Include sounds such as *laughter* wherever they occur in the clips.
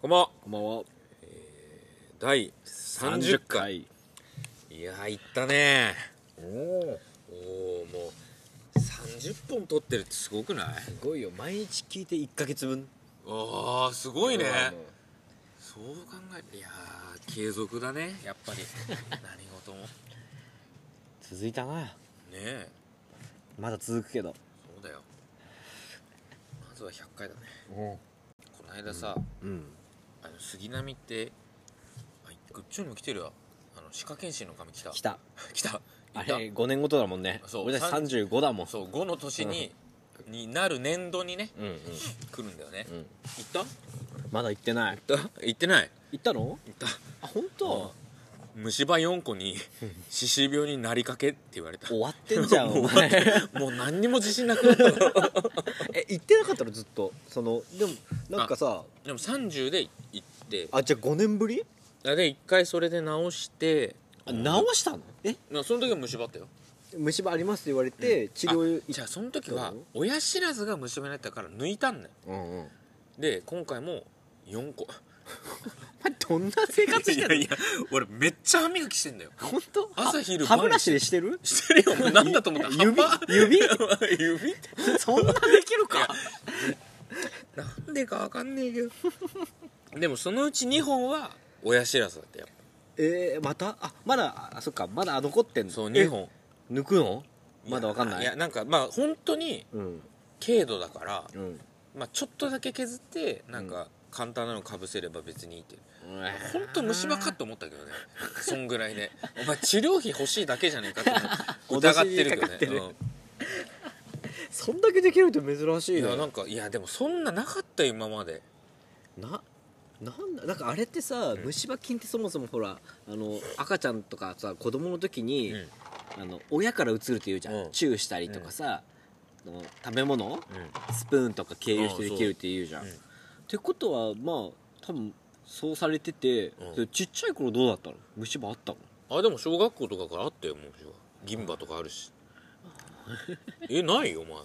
こんばんはこんばんは。第30回いやー行ったねおお。おおーもう30本撮ってるってすごくないすごいよ。毎日聞いて1ヶ月分。ああすごすいねそう考えていやー継続だねやっぱり *laughs* 何事もね続いたな。えまだ続くけど。そうだよまずは100回だねおこの間さ、うん。あの杉並ってあこっちにも来てるわあの歯科検診の紙来た来た。 *laughs* 来たあいたれ、5年ごとだもんね。そう俺たち35だもん。そう5の年にになる年度にねうんうん。来るんだよねうん。行ったまだ行ってない。行った行ってない行ったの行ったあ、本当虫歯4個に歯周病になりかけって言われた終わってんじ *laughs* ゃん、お前。もう何にも自信なくなったえ、行ってなかったのずっと。その、でも、なんかさ、でも30で行ってあ、じゃあ5年ぶりあで1回それで直してあ直したのえなその時は虫歯あったよ虫歯ありますって言われて、治療じゃあその時行ったはの親知らずが虫歯になったから抜いたんだようんうん。で今回も4個お前どんな生活してんのいやいや俺めっちゃ歯磨きしてんだよ本当朝昼歯晩ブラシでしてるしてるよもう何だと思った指歯指 *laughs* 指ってそんなできるかなんでかわかんねえけど *laughs* でもそのうち2本は親知らずだってやっぱえー、またあまだあそっかまだ残ってんのそう2本え抜くのまだわかんないいやなんかまあ本当にうん軽度だから、うんまあ、ちょっとだけ削ってなんか簡単なのかぶせれば別にいいって本当虫歯かって思ったけどねそんぐらいでお前治療費欲しいだけじゃねえかってもう疑ってるけどね脅しにかかそんだけできるって珍うんしいいやねなんかいやでもそんななかったよ今までななんだなんかあれってさ、虫歯菌ってそもそもほらあの赤ちゃんとかさ子供の時に、うんあの親からうつるっていうじゃん、うんチューしたりとかさ、あの食べ物スプーンとか経由してできるっていうじゃん、うんっ、てことはまあ多分そうされてて、うんそれちっちゃい頃どうだったの虫歯あったのあでも小学校とかからあったよもう銀歯とかある *laughs* しえないよお前い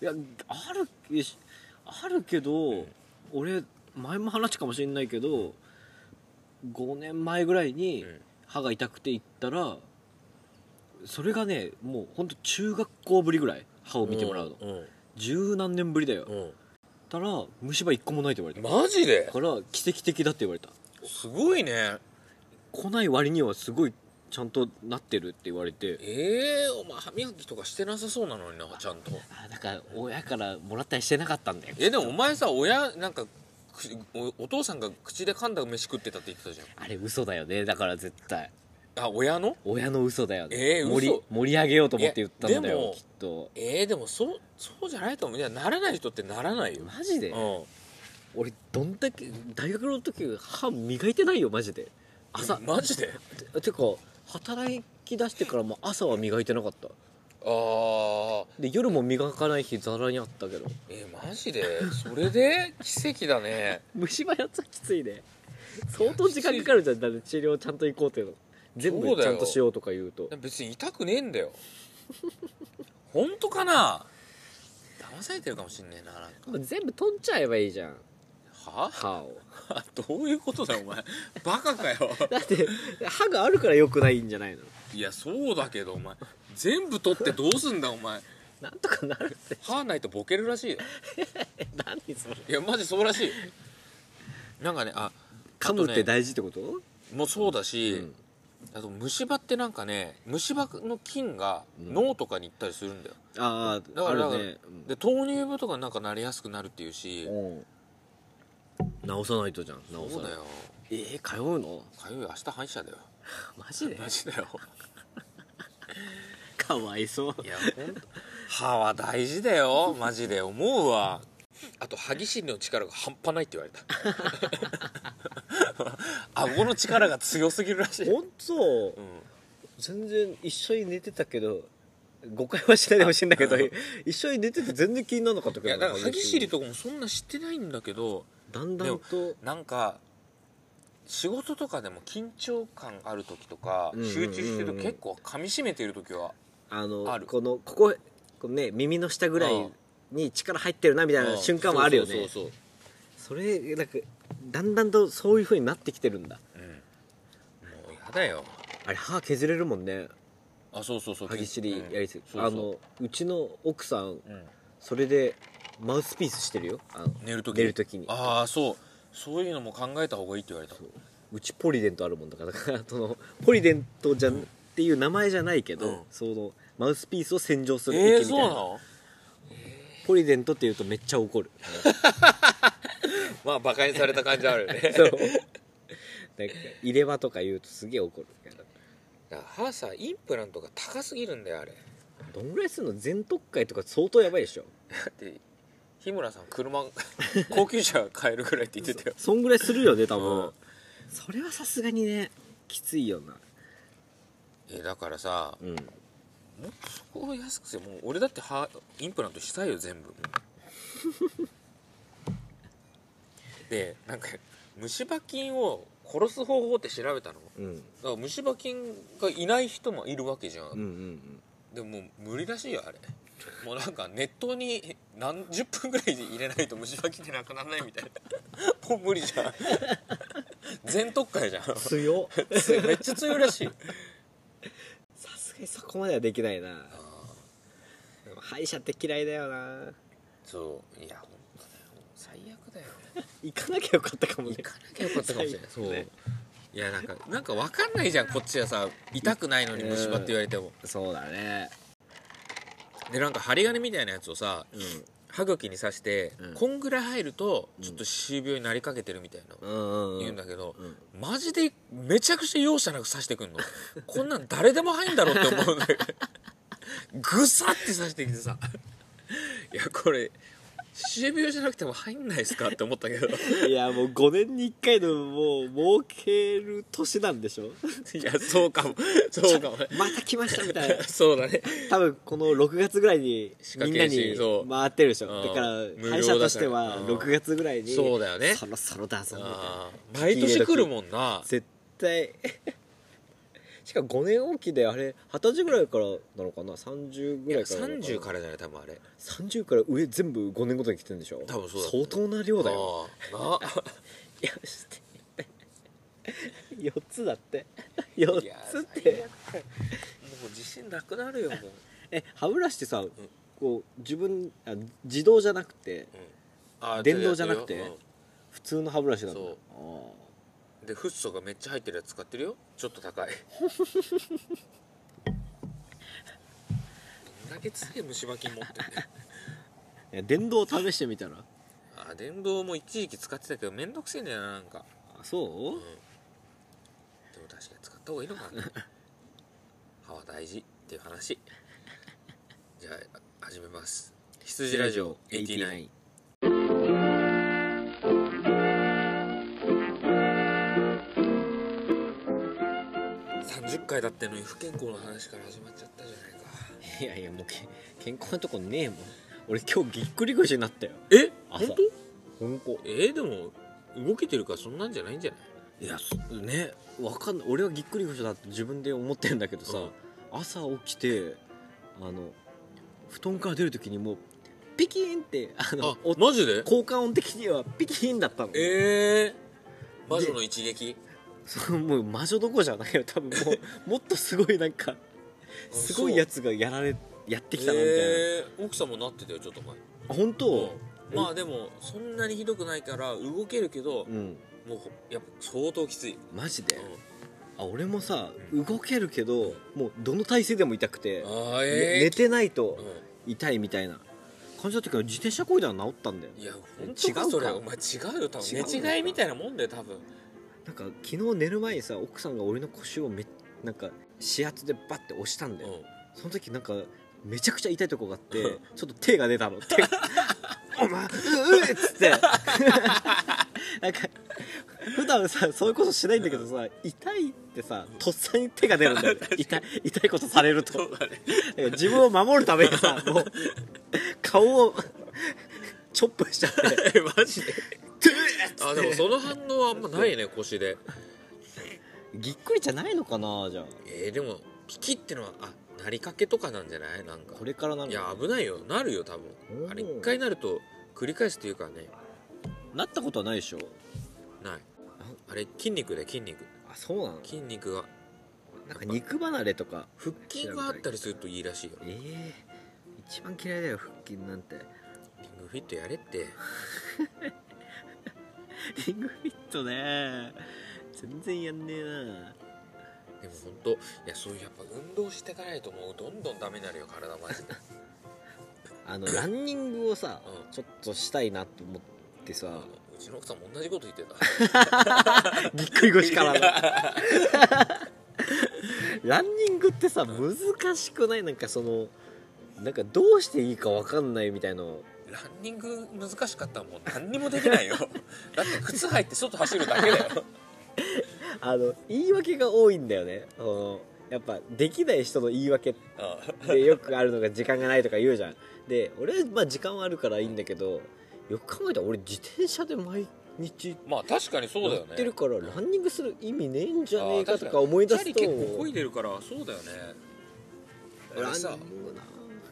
やあるけしあるけど、俺前も話したかもしれないけど5年前ぐらいにうん歯が痛くて行ったらそれがねもうほんと中学校ぶりぐらい歯を見てもらうの、うん十何年ぶりだよ、うんたら虫歯1個もないって言われたマジでだから奇跡的だって言われたすごいね来ない割にはすごいちゃんとなってるって言われてええお前歯磨きとかしてなさそうなのになちゃんとあだから親からもらったりしてなかったんだよえでもお前さ親なんかくおお父さんが口で噛んだ飯食ってたって言ってたじあれ嘘だよねだから絶対ゃんあ親の親の嘘だよね、えー盛り嘘盛り上げようと思って言ったんいだやでもよきっとええでもそうそうじゃないと思ういやならない人ってならないよ、マジで、うん俺どんだけ大学の時歯磨いてないよマジで朝マジでててか働き出してからもう朝は磨いてなかったああで夜も磨かない日ざらにあったけどえマジでそれで奇跡だ *laughs* ね虫歯やつはきついね相当時間かかるじゃんだって治療ちゃんと行こうっていうの全そう部だちよゃんとしようとか言うと別に痛くねえんだよ *laughs* 本当かな騙されてるかもしんねえななんか全部取っちゃえばいいじゃんは *laughs* 歯をどういうことだよお前バカかよだって歯があるから良くないんじゃないのいやそうだけどお前全部取ってどうすんだお前なんとかなるって歯ないとボケるらしいよ何それいやマジそうらしいよなんかねあ噛むっあとねて大事ってこともうそうだうし、んあと虫歯ってなんかね虫歯の菌がうん脳とかに行ったりするんだよ、あだあかあらるねで糖尿病とかなんかなりやすくなるっていうしうん直さないとじゃん直そさうなだいよえー、通うの火曜日明日歯医者だよマジでマジだよかわいそ *laughs* ういや本当歯は大事だよマジで思うわあと歯ぎしりの力が半端ないって言われた *laughs* 顎の力が強すぎるらしい、うん、本当全然一緒に寝てたけど誤解はしないでほしいんだけど一緒に寝てて全然気にならなかったいけどやだから歯ぎしりととかもそんな知ってないんだけどだんだんとなんか仕事とかでも緊張感ある時とかうんうんうんう集ん中してると結構噛み締めてる時はあのあるこのこここのね耳の下ぐらいに力入ってるなみたいな瞬間はあるよねそうそうそうそれなんかだんだんとそういう風になってきてるんだうんもうやだよあれ歯削れるもんねあそうそうそう歯ぎしりやりすうぎ、んそうそうあのうちの奥さんうんそれでマウスピースしてるよあの寝るとき寝る時にああそうそういうのも考えた方がいいって言われたそううちポリデントあるもんだからだ *laughs* からそのポリデントじゃん、っていう名前じゃないけど、うんそのマウスピースを洗浄するえー、池みそうたいななのポリデントって言うとめっちゃ *laughs* 怒る *laughs* まあバカにされた感じあるよ *laughs* ねそうなんか入れ歯とか言うとすげえ怒るだから歯さインプラントが高すぎるんだよあれどんぐらいするの全特会とか相当やばいでしょだって日村さん車 *laughs* 高級車買えるぐらいって言ってたよそんぐらいするよね多う分、んそれはさすがにねきついよなえだからさうんもっとそこを安くせもう俺だって歯インプラントしたいよ全 *laughs* 部でなんか虫歯菌を殺す方法って調べたのだうんから虫歯菌がいない人もいるわけじゃん、うんうんでももう無理らしいよあれもうなんか熱湯に何十分ぐらい入れないと虫歯菌ってなくならないみたいな *laughs* もう無理じゃん全特会じゃん強っめっちゃ強いらしい *laughs* さすがにそこまではできないなでも歯医者って嫌いだよなそういや本当だよ最悪だよ行かなきゃよかったかもね行かなきゃよかったかもしれない最悪ねいやなんかなんか分かんないじゃんこっちはさ痛くないのに虫歯って言われてもそうだねでなんか針金みたいなやつをさ歯茎に刺して、うんこんぐらい入るとちょっと歯周病になりかけてるみたいな、うんうんうん言うんだけど、んマジでめちゃくちゃ容赦なく刺して *laughs* くんのこんなん誰でも入んだろうって思うんだけどぐさって刺してきてさいやこれ歯周病じゃなくても入んないですかって思ったけどいやもう5年に1回のもう儲ける年なんでしょいやそうかもそうかもねまた来ましたみたいなそうだね多分この6月ぐらいに仕み掛んけなるしにそう回ってるでしょうんだから無料歯医者としてだはからうん6月ぐらいにそうだよねそろそろだぞみたいなあー毎年来るもんな絶対 *laughs* しかも5年おきであれ二十歳ぐらいからなのかな30ぐらいからなの30からじゃない多分あれ30から上全部5年ごとに来てるんでしょ多分そうだ相当な量だよあーいやして4つだって4ないや *laughs* つっ最悪てだよもう自信なくなるよもう、え歯ブラシってさ、こう自分あ自動じゃなくてあー電動じゃなくてやってるよ普通の歯ブラシなんだそうあーうんでフッ素がめっちゃ入ってるやつ使ってるよちょっと高いどんだけ強い虫歯菌持ってん *laughs* ねいや電 *laughs* 動試してみたらあー電動も一時期使ってたけどめんどくせえんだよななんかあそうんでも確かに使った方がいいのか *laughs* な歯は大事っていう話じゃあ始めます羊ラジオ89三十回だってのに不健康の話から始まっちゃったじゃないかいやいやもうけ健康なとこねえもん俺今日ぎっくり腰になったよえ朝本本当当えー、でも動けてるからそんなんじゃないんじゃないいやそねわかんない俺はぎっくり腰だって自分で思ってんだけどさ、うん朝起きてあの布団から出る時にもうピキーンってあのあおマジで効果音的にはピキーンだったのええ魔女の一撃そうもう魔女どころじゃないよ多分もうもっとすごいなんかあすごいやつがやられやってきたなみたいな、えー、奥さんもなってたよちょっと前あ本当まあでもそんなにひどくないから動けるけどうん、もうやっぱ相当きつい、マジで、うんあ俺もさう動けるけどもうどの体勢でも痛くて、あーねえ寝てないと、ー痛いみたいな感じだったけど自転車こいだら治ったんだようんいや本当違うかかそれお前違うよ多違うの分寝違いみたいなもんだよ多分なんか昨日寝る前にさ奥さんが俺の腰をめなんか指圧でバッて押したんだうよ、んその時なんかめちゃくちゃ痛いとこがあって、うんちょっと手が出たの *laughs* 手がお前ううっつって *laughs* なんか普段さそういうことしないんだけどさ痛いってさとっさに手が出るんだ *laughs* よね痛い痛いことされるとそうだねだから自分を守るためにさもう顔をチョップしちゃってえマジでトゥーっつってあでもその反応はあんまないね腰でぎっくりじゃないのかなじゃあえー、でもピキってのはあなりかけとかなんじゃないなんかこれからなのいや危ないよなるよ多分うんあれ一回なると繰り返すっていうかねなったことはないでしょないあれ筋肉で筋肉あそうなの筋肉がなんか肉離れとか腹筋があったりするといいらしいよええ一番嫌いだよ腹筋なんてリングフィットやれってリングフィットね全然やんねえなでも本当いやそういうやっぱ運動していかないともうどんどんダメになるよ体マジであ *laughs* のランニングをさ、うんちょっとしたいなと思ってさ、 *laughs* あのうちの奥さんも同じこと言ってたぎっくり *laughs* 腰からだランニングってさ難しくないなんかそのなんかどうしていいかわかんないみたいなランニング難しかったらもう何にもできないよだって靴履いて外走るだけだよあの言い訳が多いんだよねそのやっぱできない人の言い訳っうてよくあるのが時間がないとか言うじゃんで俺はまあ時間はあるからいいんだけどよく考えたら俺自転車で毎日んまあ確かにそうだ乗よっねてるからランニングする意味ねえんじゃねえあかーと確か思い出すとチャリ結構漕いでるからそうだよねあラれンさニングな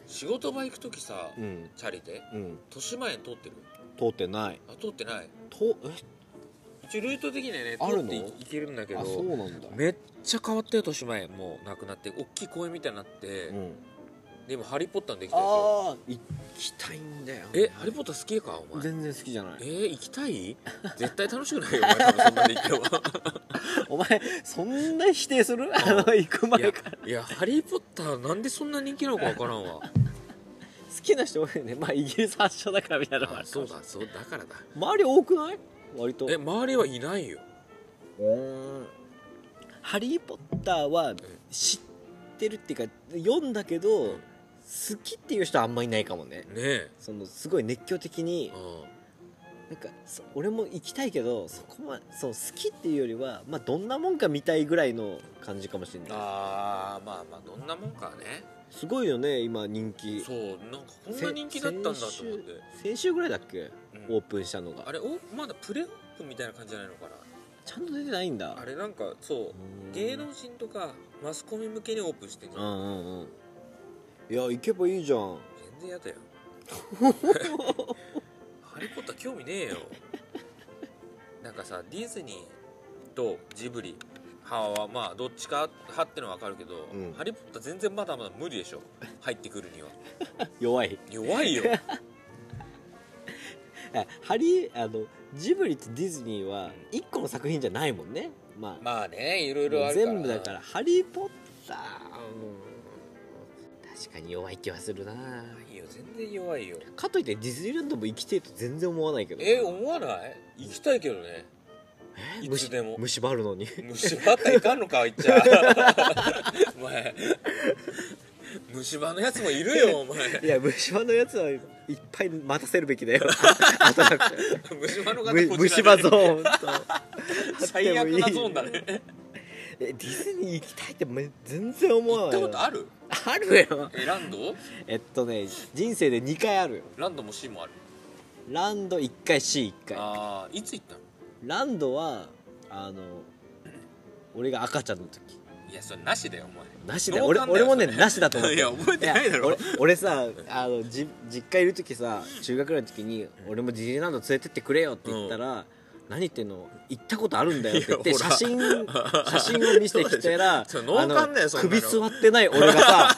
仕事場行く時さ、うんチャリでうん豊島園通ってる通ってないあ通ってないとえ一応ルート的にはねあ通るっのてい行けるんだけあそうどなんだめっちゃ変わったよ豊島園もうなくなって大きい公園みたいになって、うんでも「ハリー・ポッター」できたでしょああ行きたいんだよえハリー・ポッター好きかお前全然好きじゃなえいー、行きたい絶対楽しくないよお前多分そんなに行って *laughs* も *laughs* お前そんな否定するあの行くい前やから好いや「ハリー・ポッター」なんでそんな人気なのかわからんわきな人多いよねまあイギリス発祥 *laughs* だからみたいなのもああるかそもうしれないだそうだからだ周り多くない割とえ周りはいないようんハリー・ポッターは知ってるっていうか読んだけど好きっていう人はあんまいないかもねねえそのすごい熱狂的にうんなんかそ俺も行きたいけどそこまそう好きっていうよりは、まあ、どんなもんか見たいぐらいの感じかもしれないあーまあまあどんなもんかねすごいよね今人気そうなんかこんな人気だったんだと思って、先先週ぐらいだっけうんオープンしたのがあれおまだプレオープンみたいな感じじゃないのかちゃんと出てないんだなあれなんかそううん芸能人とかマスコミ向けにオープンしてんじうゃんんうんうんいや行けばいいじゃん全然や *laughs* だよハリー・ポッター興味ねえよなんかさディズニーとジブリ派はまあどっちか派ってのは分かるけど、うんハリー・ポッター全然まだまだ無理でしょ入ってくるには弱い弱 *laughs* いよあハリーあのジブリとディズニーは1個の作品じゃないもんねまあ、まあねいろいろあるから全部だから「ハリー・ポッター」うん確かに弱い気はするな弱いよ全然弱いよかといってディズニーランドも行きてえと全然思わないけどえ思わない行きたいけどねえい虫つでも虫歯あるのに虫歯っていかんのかいっちゃ *laughs* お前虫歯のやつも *laughs* いるよお前いや虫歯のやつはいっぱい待たせるべき *laughs* だよ働く虫歯の方こちらむで虫歯ゾーン *laughs* と最悪なゾーンだ *laughs* ねえディズニー行きたいってめ全然思行わっなたいことあるあるよえランドえっとね人生で2回あるよランドも C もあるランド1回 C1 回ああいつ行ったのランドはあの俺が赤ちゃんの時いやそれなしだよお前なしだよ同俺感だ俺よもねそれなしだと思っていや覚えてないだろや俺俺さあのじ実家いる時さ中学ぐらいの時に「俺もディズニーランド連れてってくれよ」って言ったら「何言ってんの行ったことあるんだよ」って言っていやほ写ら *laughs* 真写真を見せてきたらそうでしょそれ脳幹だよあそのんなの首座ってない俺が *laughs* さ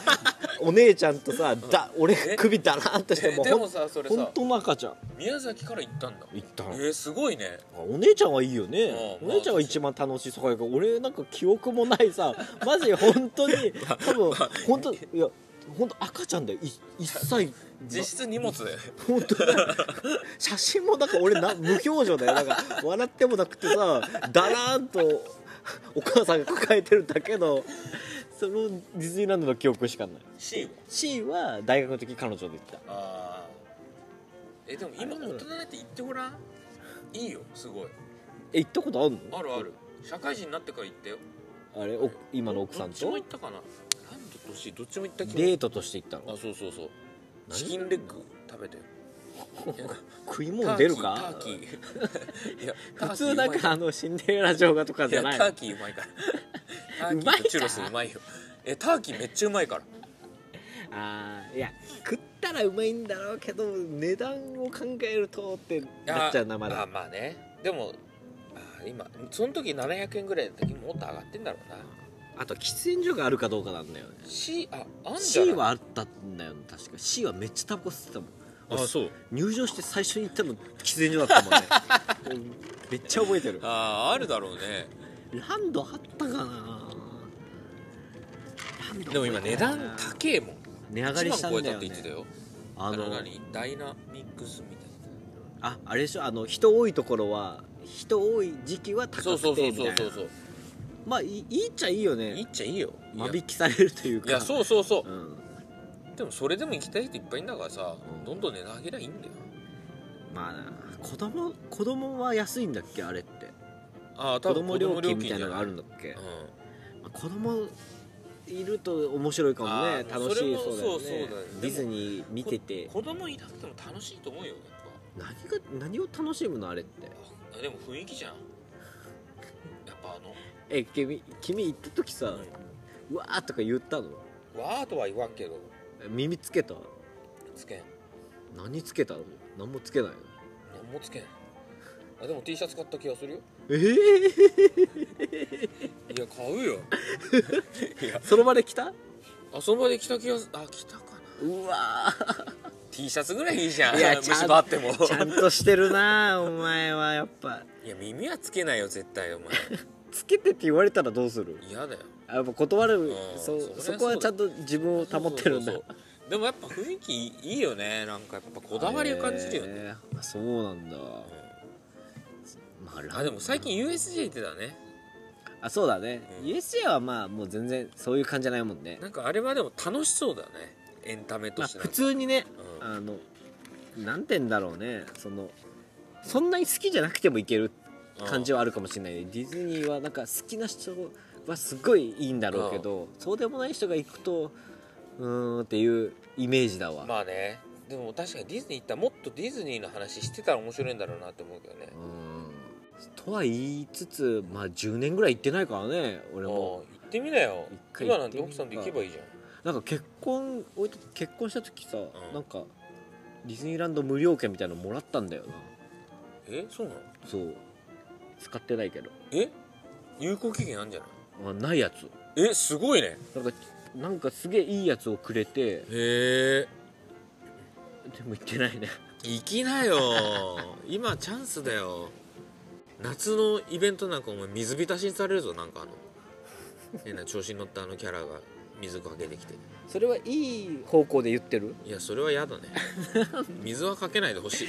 お姉ちゃんとさだ俺え首だらーんとしてえもうでもほさそれんさ本当の赤ちゃん宮崎から行ったんだ行ったえのー、すごいねお姉ちゃんはいいよねうおん姉ちゃんが一番楽しいそうやけど俺なんか記憶もないさ *laughs* マジ本当に多分本当いや本当赤ちゃんだよい一歳実質荷物だよね本当だよ写真もなんか俺な無表情だよなんか笑ってもなくてさだらーんとお母さんが抱えてるだけのそのディズニーランドの記憶しかない C は C は大学の時彼女と行ったああえでも今の大人だって言ってごらんいいよすごいえ行ったことあるのあるある社会人になってから行ったよあれお今の奥さんどっちもと行ったかなランドとシーどっちも行った気がデートとして行ったのあそうそうそう何チキンレッグ食べて食い物出るかターキーターキーいやターキー普通うま *laughs* ないんかあのシンデレラ城がとかじゃいなやいタのーキーうまいからターキーとチュロスうまいよえターキーめっちゃうまいからあーいや食ったらうまいんだろうけど値段を考えるとってあなっちゃうなまあだまあねでもあか今その時700円ぐらいの時もっと上がってんだろうなあと喫煙所があるかどうかなんだよね C ああんじゃない C はあったんだよね確か C はめっちゃタバコ吸ってたもんあそう入場して最初に行ったの喫煙所だったもんね *laughs* うんめっちゃ覚えてるあーあるだろうねランドあったかなランドでも今値段高えもん値上が1りした万超んえただっよて言ねってたよああのの何ダイナミックスみたいなああれでしょあの人多いところは人多い時期はそ高うそくうそてうみそたういそなうそうまあいいいいっちゃいいよいいねっちゃいいよい間や引きされるというか、いやそうそうそうん、うでもそれでも行きたい人いっぱいいんだからさどんどん値段上げりゃいいんだよまあな子供子供は安いんだっけあれってああ多子分供子料供料金金みたいなのがあるんんだっけだ、うんまあ子供いると面白いかもあねー楽しいそれそもうだよねそうそうだよねディズニー見てて子供いなくても楽しいと思うよやっぱ何が何を楽しむのあれってあでも雰囲気じゃんやっぱあのえ君君行った時さ「うわー」とか言ったのわーとは言わんけどえ耳つけたつけん何つけたの何もつけないの何もつけんあでも T シャツ買った気がするよええいや買うよいや *laughs* その場で来たあその場で着た気がすあ着たかなうわ T シャツぐらいいいじ *laughs* ゃんーいやちゃ虫ん歯あってもちゃんとしてるなお前はやっぱいや耳はつけないよ絶対お前つけてって言われたらどうする嫌だよあやっぱ断るうんそそりゃそこはそうだちゃんと自分を保ってるんだそうそうそうでもやっぱ雰囲気いいよねなんかやっぱこだわりを感じるよね、へーあそうなんだ、まあランあでも最近 USJ 行ってたねあそうだね、うん USJ はまあもう全然そういう感じじゃないもんねなんかあれはでも楽しそうだねエンタメまとあして普通にねうんあのなんて言うんだろうねそのそんなに好きじゃなくてもいける感じははあるかもしれないね、ディズニーはなんか好きな人はすごいいいんだろうけど、そうでもない人が行くとうーんっていうイメージだわ、まあねでも確かにディズニー行ったらもっとディズニーの話してたら面白いんだろうなって思うけどねうーんとは言いつつまあ10年ぐらい行ってないからね俺でもも行ってみなよ一回今行なっんててみるか奥さんと行けばいいじゃんなんか結婚俺と結婚した時さ、んなんかディズニーランド無料券みたいなのもらったんだよなえそうなのそう使ってないけどえ有効期限あんじゃなあないやついえすごいねなんかなんかすげえいいやつをくれてへえでも行ってないね行きなよ *laughs* 今チャンスだよ夏のイベントなんかお前水浸しにされるぞなんかあの変な調子に乗ったあのキャラが水かけてきてそれはいい方向で言ってるいやそれは嫌 *laughs* だね水はかけないでほしい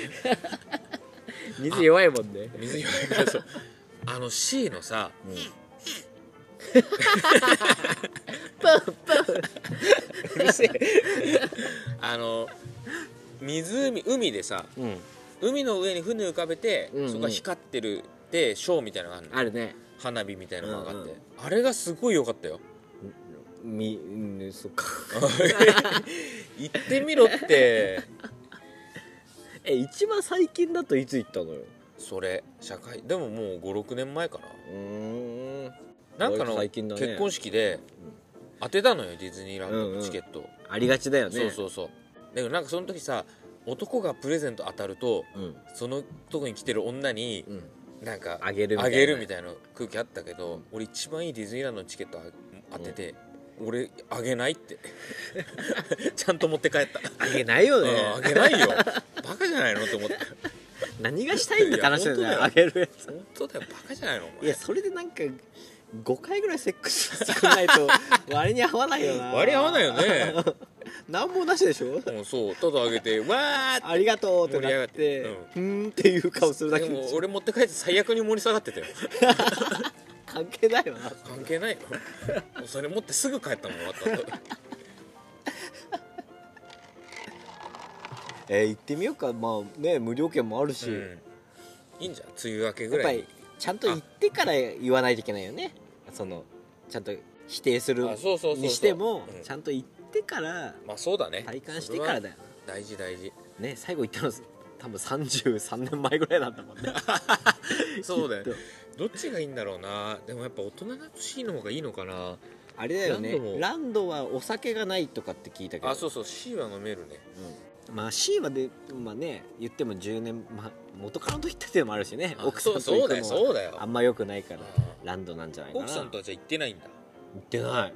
水弱いもんね水弱いからそうあの C のさ、うるせえあの湖海でさうん海の上に船浮かべて、うんうんそこが光ってるでショーみたいなのがあるのあるね花火みたいなのがあって、うんあれがすごい良かったよみうんそっか *laughs* *laughs* 行ってみろってえ一番最近だといつ行ったのよそれ社会でももう56年前かなうーんなんかの割と最近だね結婚式で当てたのよディズニーランドのチケット、ありがちだよねそうそうそうでもなんかその時さ男がプレゼント当たるとうんそのとこに来てる女にうんなんかあげるみたあいなげるみたいな空気あったけど、俺一番いいディズニーランドのチケットあ当てて、俺あげないって *laughs* ちゃんと持って帰ったあげないよねうんあげないよバカじゃないのって思って何がしたいんだって話だよいやねあ本げるやつ本当だよバカじゃないのおい前やそれでなんか5回ぐらいセックスしてくんな *laughs* いと割に合わないよな割り合わないよね何もなしでしょうんそうただあげ *laughs* てわーってありがとうってなっ盛り上てがっうーんっていう顔するだけででも俺持って帰って最悪に盛り下がってたよ関係ないよな関係ないよもうそれ持ってすぐ帰ったもん終わった後 *laughs* えー行ってみようかまあね無料券もあるし、うんいいんじゃん梅雨明けやぐっらぱいにりちゃんと行ってから言わないといけないよねそのちゃんと否定するあそうそうそうそうにしてもうんちゃんと行ってからまあそうだね体感してからだよよ大事大事ね最後行ったの多分33年前ぐらいなんだもんね *laughs* そうだよきっどっちがいいんだろうなでもやっぱ大人の C の方がいいのかなとあれだよねランドもランドはお酒がないとかって聞いたけどあそうそう C は飲めるねうまあ C はで、まあね、言っても10年、まあ、元からの時っていうのもあるしねあ奥さんとそうそ行うくだよのそうだもあよんま良くないからうんランドなんじゃないかな奥さんとはじゃあ行ってないんだ行ってない、行っ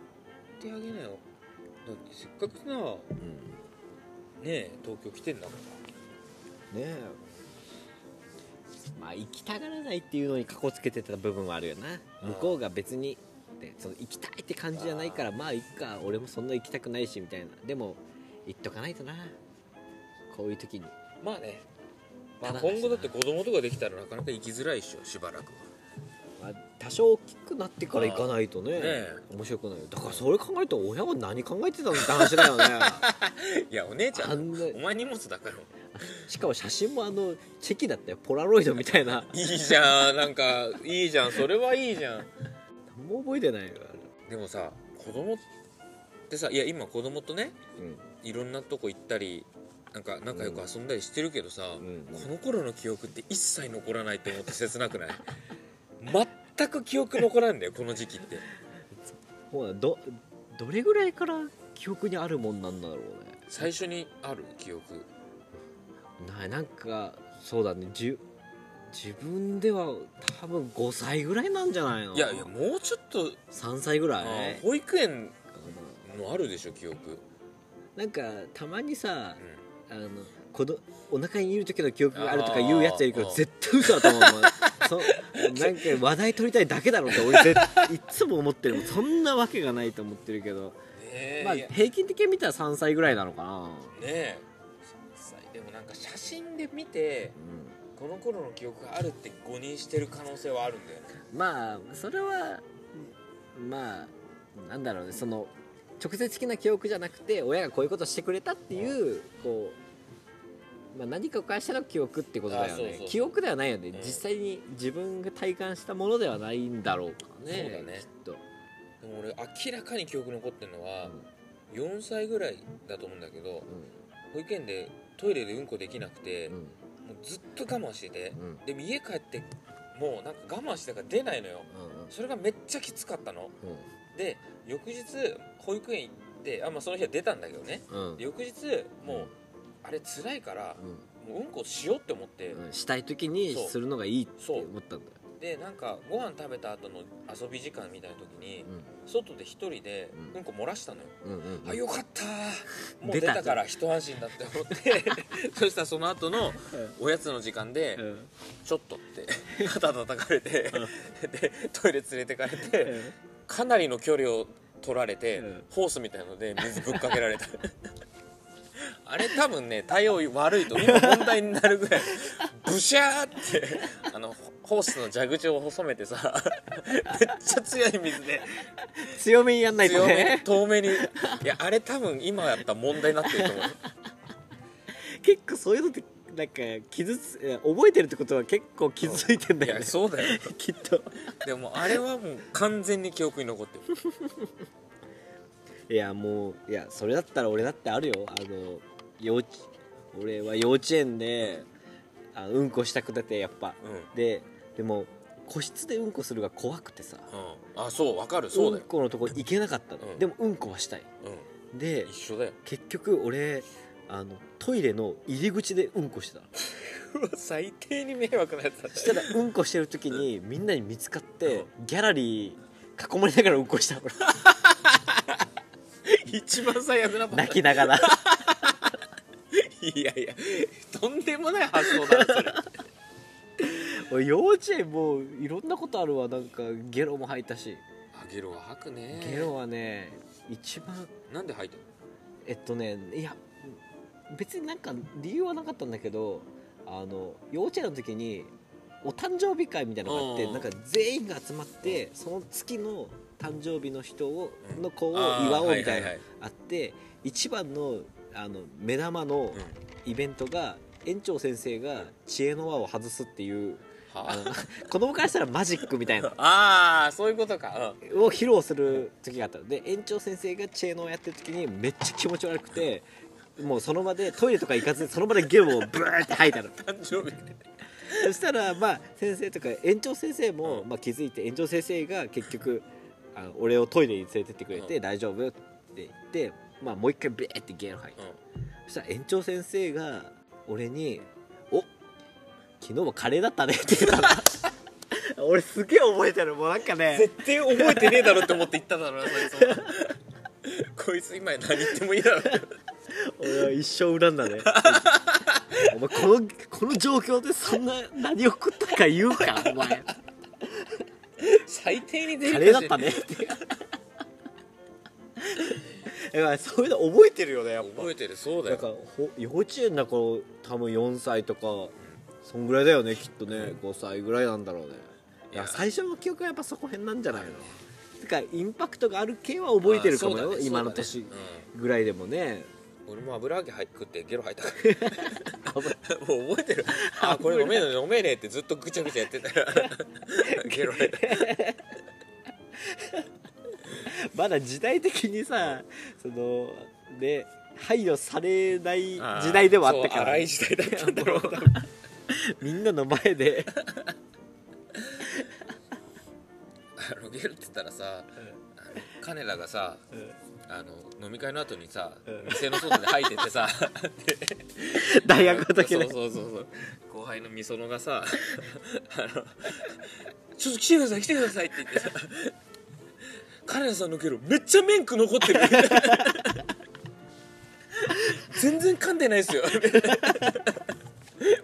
てあげなよだってせっかくさねうえ東京来てんだかん、ねえまあ行きたがらないっていうのにかこつけてた部分はあるよなうん向こうが別にってその行きたいって感じじゃないからまあ行っか俺もそんな行きたくないしみたいなでも行っとかないとなこういう時にらまあね、まあ、ただだし今な後だって子供とかできたらなかなか行きづらいっしょしばらくはまあ多少大きくなってから行かないとねねえ面白くないよだからそれ考えると親は何考えてたのって話だよねいやお姉ちゃあんんなお前荷物だからしかも写真もあのチェキだったよポラロイドみたいないいじゃんなんかいいじゃんそれはいいじゃん何も覚えてないよ、でもさ子供ってさいや今子供とねいろんなとこ行ったりなんか仲良く遊んだりしてるけどさ、んこの頃の記憶って一切残らないと思って切なくない全く記憶残らんだよこの時期ってほらどどれぐらいから記憶にあるもんなんだろうね最初にある記憶ないなんかそうだねじゅ自分では多分5歳ぐらいなんじゃないのいやいやもうちょっと、 3歳ぐらいあー保育園うのあるでしょ記憶、んなんかたまにさう、んあの子どお腹にいる時の記憶があるとか言うやつやるけあどー絶対嘘だと思う *laughs* そなんか話題取りたいだけだろうって俺絶いっつも思ってるもんそんなわけがないと思ってるけど、ねえ、まあいやね平均的に見たら3歳ぐらいなのかな、え実際でもなんか写真で見てうんこの頃の記憶があるって誤認してる可能性はあるんだよねまあそれはまあなんだろうねその直接的な記憶じゃなくて親がこういうことしてくれたっていうこう、まあ、何かを返したの記憶ってことだよねあそうそうそう記憶ではないよね、ん実際に自分が体感したものではないんだろうからねそうだねきっと、でも俺明らかに記憶残ってるのは、4歳ぐらいだと思うんだけど保育園でトイレでうんこできなくて、うんうんもうずっと我慢しててうんでも家帰ってもうなんか我慢してたから出ないのよそれがめっちゃきつかったので翌日保育園行ってあ、まあ、その日は出たんだけどねうんうんうんで翌日もうあれ辛いからもううんこしようって思って、うんうんしたい時にそうするのがいいってそう思ったんだよ、でなんかご飯食べた後の遊び時間みたいな時にう外で一人でうんうんこ漏らしたのよ、んうんうんあよかったもう出出たたから一安心だって思って *laughs* そしたらその後のおやつの時間でうん「ちょっと」って肩叩かれてでトイレ連れてかれてかなりの距離を取られてうんホースみたいので水ぶっかけられたあれ多分ね対応悪いと今問題になるぐらいブシャーってあのホースの蛇口を細めてさめっちゃ強い水で強めにやんないと強めねに遠めにいやあれ多分今やったら問題になってる *laughs* と思う結構そういうのってなんか傷ついや覚えてるってことは結構傷ついてんだいよやねそうだよきっとでもあれはもう完全に記憶に残ってるいやもういやそれだったら俺だってあるよあの幼稚俺は幼稚園であうんこしたくててやっぱうん、ででも個室でうんこするが怖くてさうん、あそうわかるそうだんよ、このとこ行けなかったの、うんでもうんこはしたいうん、で一緒だよ結局俺あのトイレの入り口でうんこしてたの最低に迷惑なやつだっしたらうんこしてる時にみんなに見つかってギャラリー囲まれながらうんこした *laughs* の一番最悪なパターン泣きながらいやいやとんでもない発想だなそれ俺幼稚園もういろんなことあるわなんかゲロも吐いたし、あゲロは吐くねゲロはね一番なんで吐いたのえっとねいや別になんか理由はなかったんだけどあの幼稚園の時にお誕生日会みたいなのがあってうんなんか全員が集まってその月の誕生日の人をうんの子をあー祝おうみたいなはいはいはいあって一番のあの目玉のうんイベントが園長先生が知恵の輪を外すっていうあはの子供からしたらマジックみた *laughs* いなああーそういうことか、を披露する時があったので園長先生がチェーノをやってる時にめっちゃ気持ち悪くてもうその場でトイレとか行かずにその場でゲロをブーって吐いたうのん、誕生日でそしたらまあ先生とか園長先生もうんまあ気づいて園長先生が結局あの俺をトイレに連れてってくれうて「大丈夫?」って言ってまあもう一回ブーってゲロ吐いてうんそしたら園長先生が俺に「お昨日もカレーだったね」って言ったの *laughs* 俺すげえ覚えてるもうなんかね *laughs* 絶対覚えてねえだろって思って言っただろうなそいつはこいつ今何言ってもいいだろう俺は一生恨んだ *laughs* ねお前このこの状況でそんな何を食ったか言うかお前最低に出カるレーだったね *laughs* っていやそういうの覚えてるよねやっぱ覚えてるそうだなんよかほ幼稚園だから多分4歳とかそんぐらいだよねきっとね、5歳ぐらいなんだろうねいいやや最初の記憶はやっぱそこ辺なんじゃないのてかインパクトがある系は覚えてるかもあそうよ、だね今のそ年うだねぐらいでもねうん俺も油揚げ入って食ってゲロ吐いたからもう覚えてるあこれ飲めねえ飲めねえってずっとぐちゃぐちゃやってた *laughs* らゲロ吐いたまだ時代的にさそのね配慮されない時代ではあったかそうら荒い時代だったんだろ *laughs* うなみんなの前であのゲロって言ったらさ、あのカネラがさ、あの飲み会の後にさ、店の外で吐いててさ *laughs* *laughs* 大学の時そうねそうそうそう後輩のみそのがさあの「ちょっと来てください来てください」って言ってさ「カネラさんのゲロめっちゃメンク残ってる」全然噛んでないで *laughs* すよ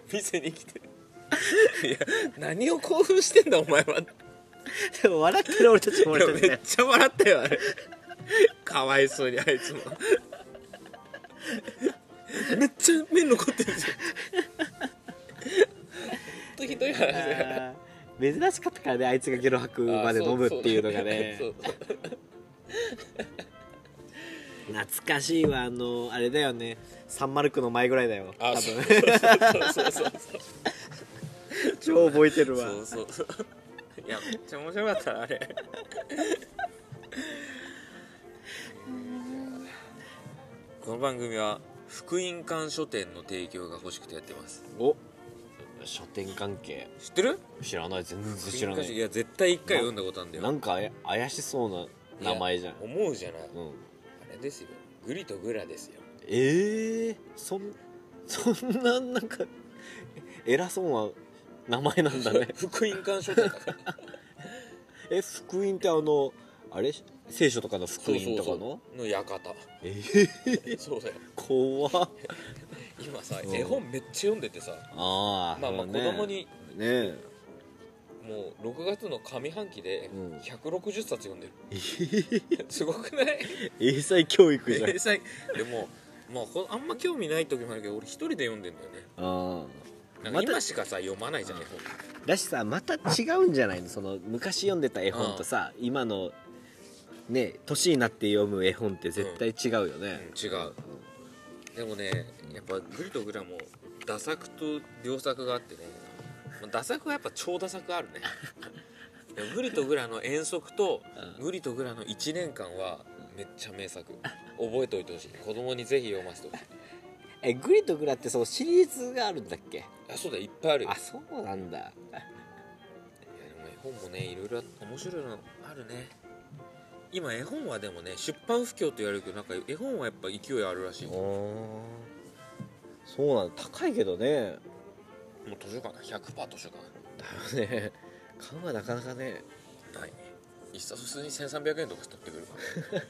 店に来ていや何を興奮してんだお前はでも笑ってる俺たちも俺たちめっねちゃ笑ったよあれかわいそうにあいつもめっちゃ麺残ってるじゃんほんとひどい話あだよー珍しかったからねあいつがゲロ吐くまで飲むっていうのが *laughs* ねそうそう懐かしいわあのあれだよねサンマルクの前ぐらいだよ多あそう分そうそうそうそう *laughs* 超覚えてるわそうそうそういやめっちゃ面白かったなあれこの番組は福音館書店の提供が欲しくてやってますお書店関係知ってる知らない全然知福音館らな書いいや絶対一回読んだことあるんだよなんかあや怪しそうな名前じゃんいや思うじゃない、うんあれですよグリとグラですよええー、そんそんななんか偉そうな名前なんだ *laughs* ね福音館書店だから *laughs* え福音ってあのあれ聖書とかの福音とかのの *laughs* 館えそうだよー、怖っ今さうん絵本めっちゃ読んでてさああまあまあ子供にねえもう6月の上半期でうん160冊読 *laughs* んでる、すごくない英才教育じゃん *laughs* 英才でもまあこあんま興味ない時もあるけど俺一人で読んでんだよね *laughs* あなんかまた今しかさ読まないじゃん絵本ーだしさまた違うんじゃないのその昔読んでた絵本とさ今のね年になって読む絵本って絶対違うよね、違うでもねやっぱグリとグラも打作と良作があってねまあ打作はやっぱ超打作あ *laughs* るねでもグリとグラの遠足とうんグリとグラの1年間はめっちゃ名作覚えておいてほしい子供にぜひ読ませてほしいえグリとグラってそのシリーズがあるんだっけあそうだいっぱいあるよあそうなんだいやでも絵本もねいろいろ面白いのあるね今絵本はでもね出版不況と言われるけどなんか絵本はやっぱ勢いあるらしいもうそうなんだ高いけどね図書館だ100%図書館だよね *laughs* 買うはなかなかねない一冊普通に1300円とか取ってくるか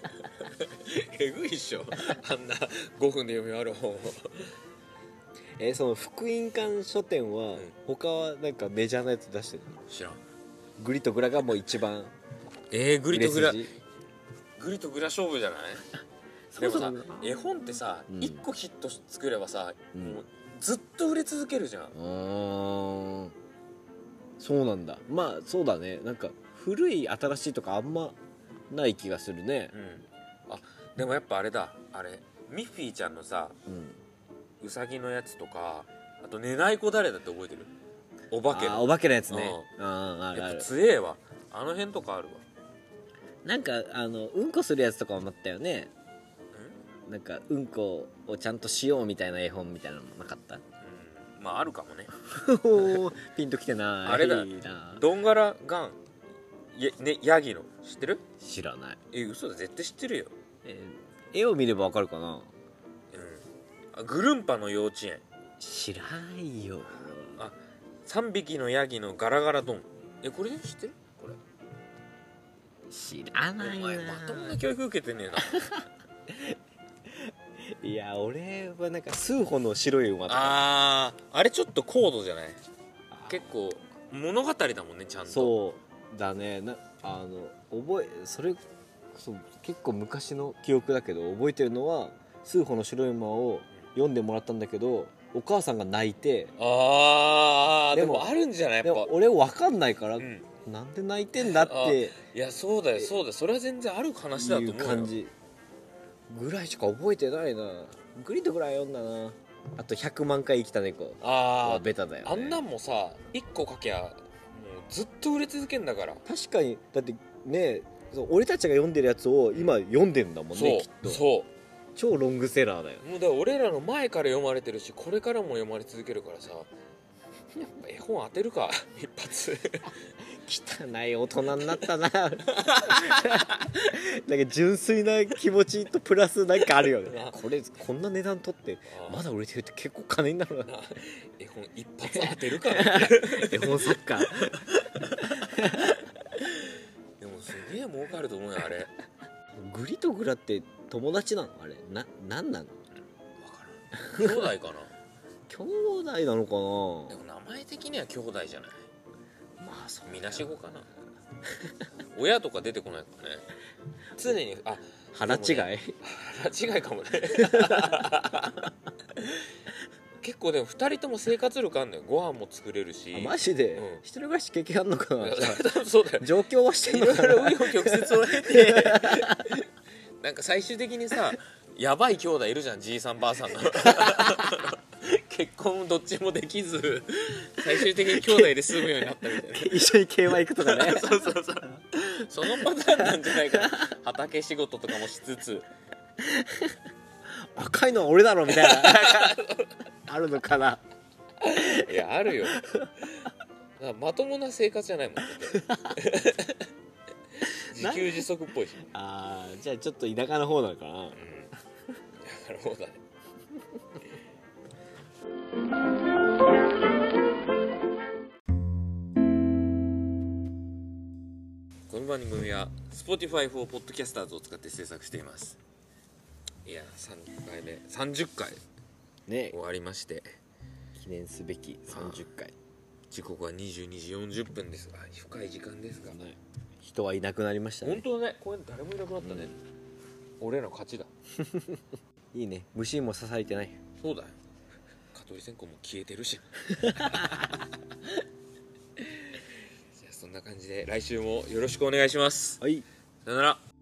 ら *laughs* えぐいっしょあんな5分で読み終わる本をえその福音館書店はん他はなんかメジャーなやつ出してるの知らんグリとグラがもう一番えー、グ売リれとグラ筋グリとグラ勝負じゃないでもさ絵本ってさ、うん一1個ヒット作ればさ、うんもうずっと売れ続けるじゃんうーんそうなんだまあそうだねなんか古い新しいとかあんまない気がするねうんあでもやっぱあれだあれミッフィーちゃんのさうんウサギのやつとかあと寝ない子誰だって覚えてるお化けあーのお化けのやつねうんあるやあっぱる強えわあの辺とかあるわなんかあのうんこするやつとかもあったよねなんかうんこをちゃんとしようみたいな絵本みたいなのもなかっ *laughs* たうんまああるかもねおーピンときてないあれだなドンガラガンや、ね、ヤギの知ってる知らない、え嘘だ絶対知ってるよ、えー絵を見ればわかるかなうん、あグルンパの幼稚園知らんよ3匹のヤギのガラガラドンえこれ知ってるこれ知らおない前まともなな教育受けて *laughs* ねえないや俺はなんか数歩の白い馬とかあーあれちょっと高度じゃないあ結構物語だもんねちゃんとそうだねなあの覚えそれそう結構昔の記憶だけど覚えてるのは「数歩の白い馬」を読んでもらったんだけどお母さんが泣いてあーででももあるんじゃないでやっもぱ俺分かんないから、うんなんで泣いてんだっていやそうだよそうだよそれは全然ある話だとい思ううよ感じぐらいしか覚えてないなグリッドぐらい読んだなあと「100万回生きた猫」あはーベタだよ、ね、あんなんもさ1個かきゃもうずっと売れ続けんだから確かにだってねそう俺たちが読んでるやつを今読んでんだもんそねうきっとそ超ロングセラーだようもうだから俺らの前から読まれてるしこれからも読まれ続けるからさやっぱ絵本当てるか *laughs* 一 *laughs* 発汚い大人になった *laughs* ななんか純粋な気持ちとプラスなんかあるよねこれこんな値段取ってまだ売れてるって結構金になるなな絵本一発当てる *laughs* か絵本作家でもすげえ儲かると思うよあれ分グリとグラって友達なのあれななんなのからん兄弟かな兄弟なのでかも名前的には兄弟じゃないなまあそみなしごかな親とか出てこないからね常にあ腹違い、間違いか *laughs* もね結構でも2人とも生活力あんのよご飯も作れるしあマジで、うん一人暮らし経験あんのかなじゃそうだよあ上京はしていんのろいかろな紆余曲折を経て *laughs* なんか最終的にさやばい兄弟いるじゃんじいさんばあさんの *laughs* 結婚どっちもできず最終的に兄弟で住むようになったみたいな *laughs* 一緒に競馬行くとか *laughs* ねそうそうそうそのパターンなんじゃないかな畑仕事とかもしつつ赤いのは俺だろみたい *laughs* なあるのかないやあるよだからまともな生活じゃないもんだって自給自足っぽいし、あーじゃあちょっと田舎の方なのかなうん、だからもうだねこの番組は Spotify for Podcasters を使って制作していますいや3回目30回ね終わりまして記念すべき30回時刻は22時40分ですが深い時間ですがね人はいなくなりました本ね当だね公園誰もいなくなったね、俺らの勝ちだいいね虫も刺されてないそうだよ蚊取り線香も消えてるしじゃあそんな感じで来週もよろしくお願いしますはいさよなら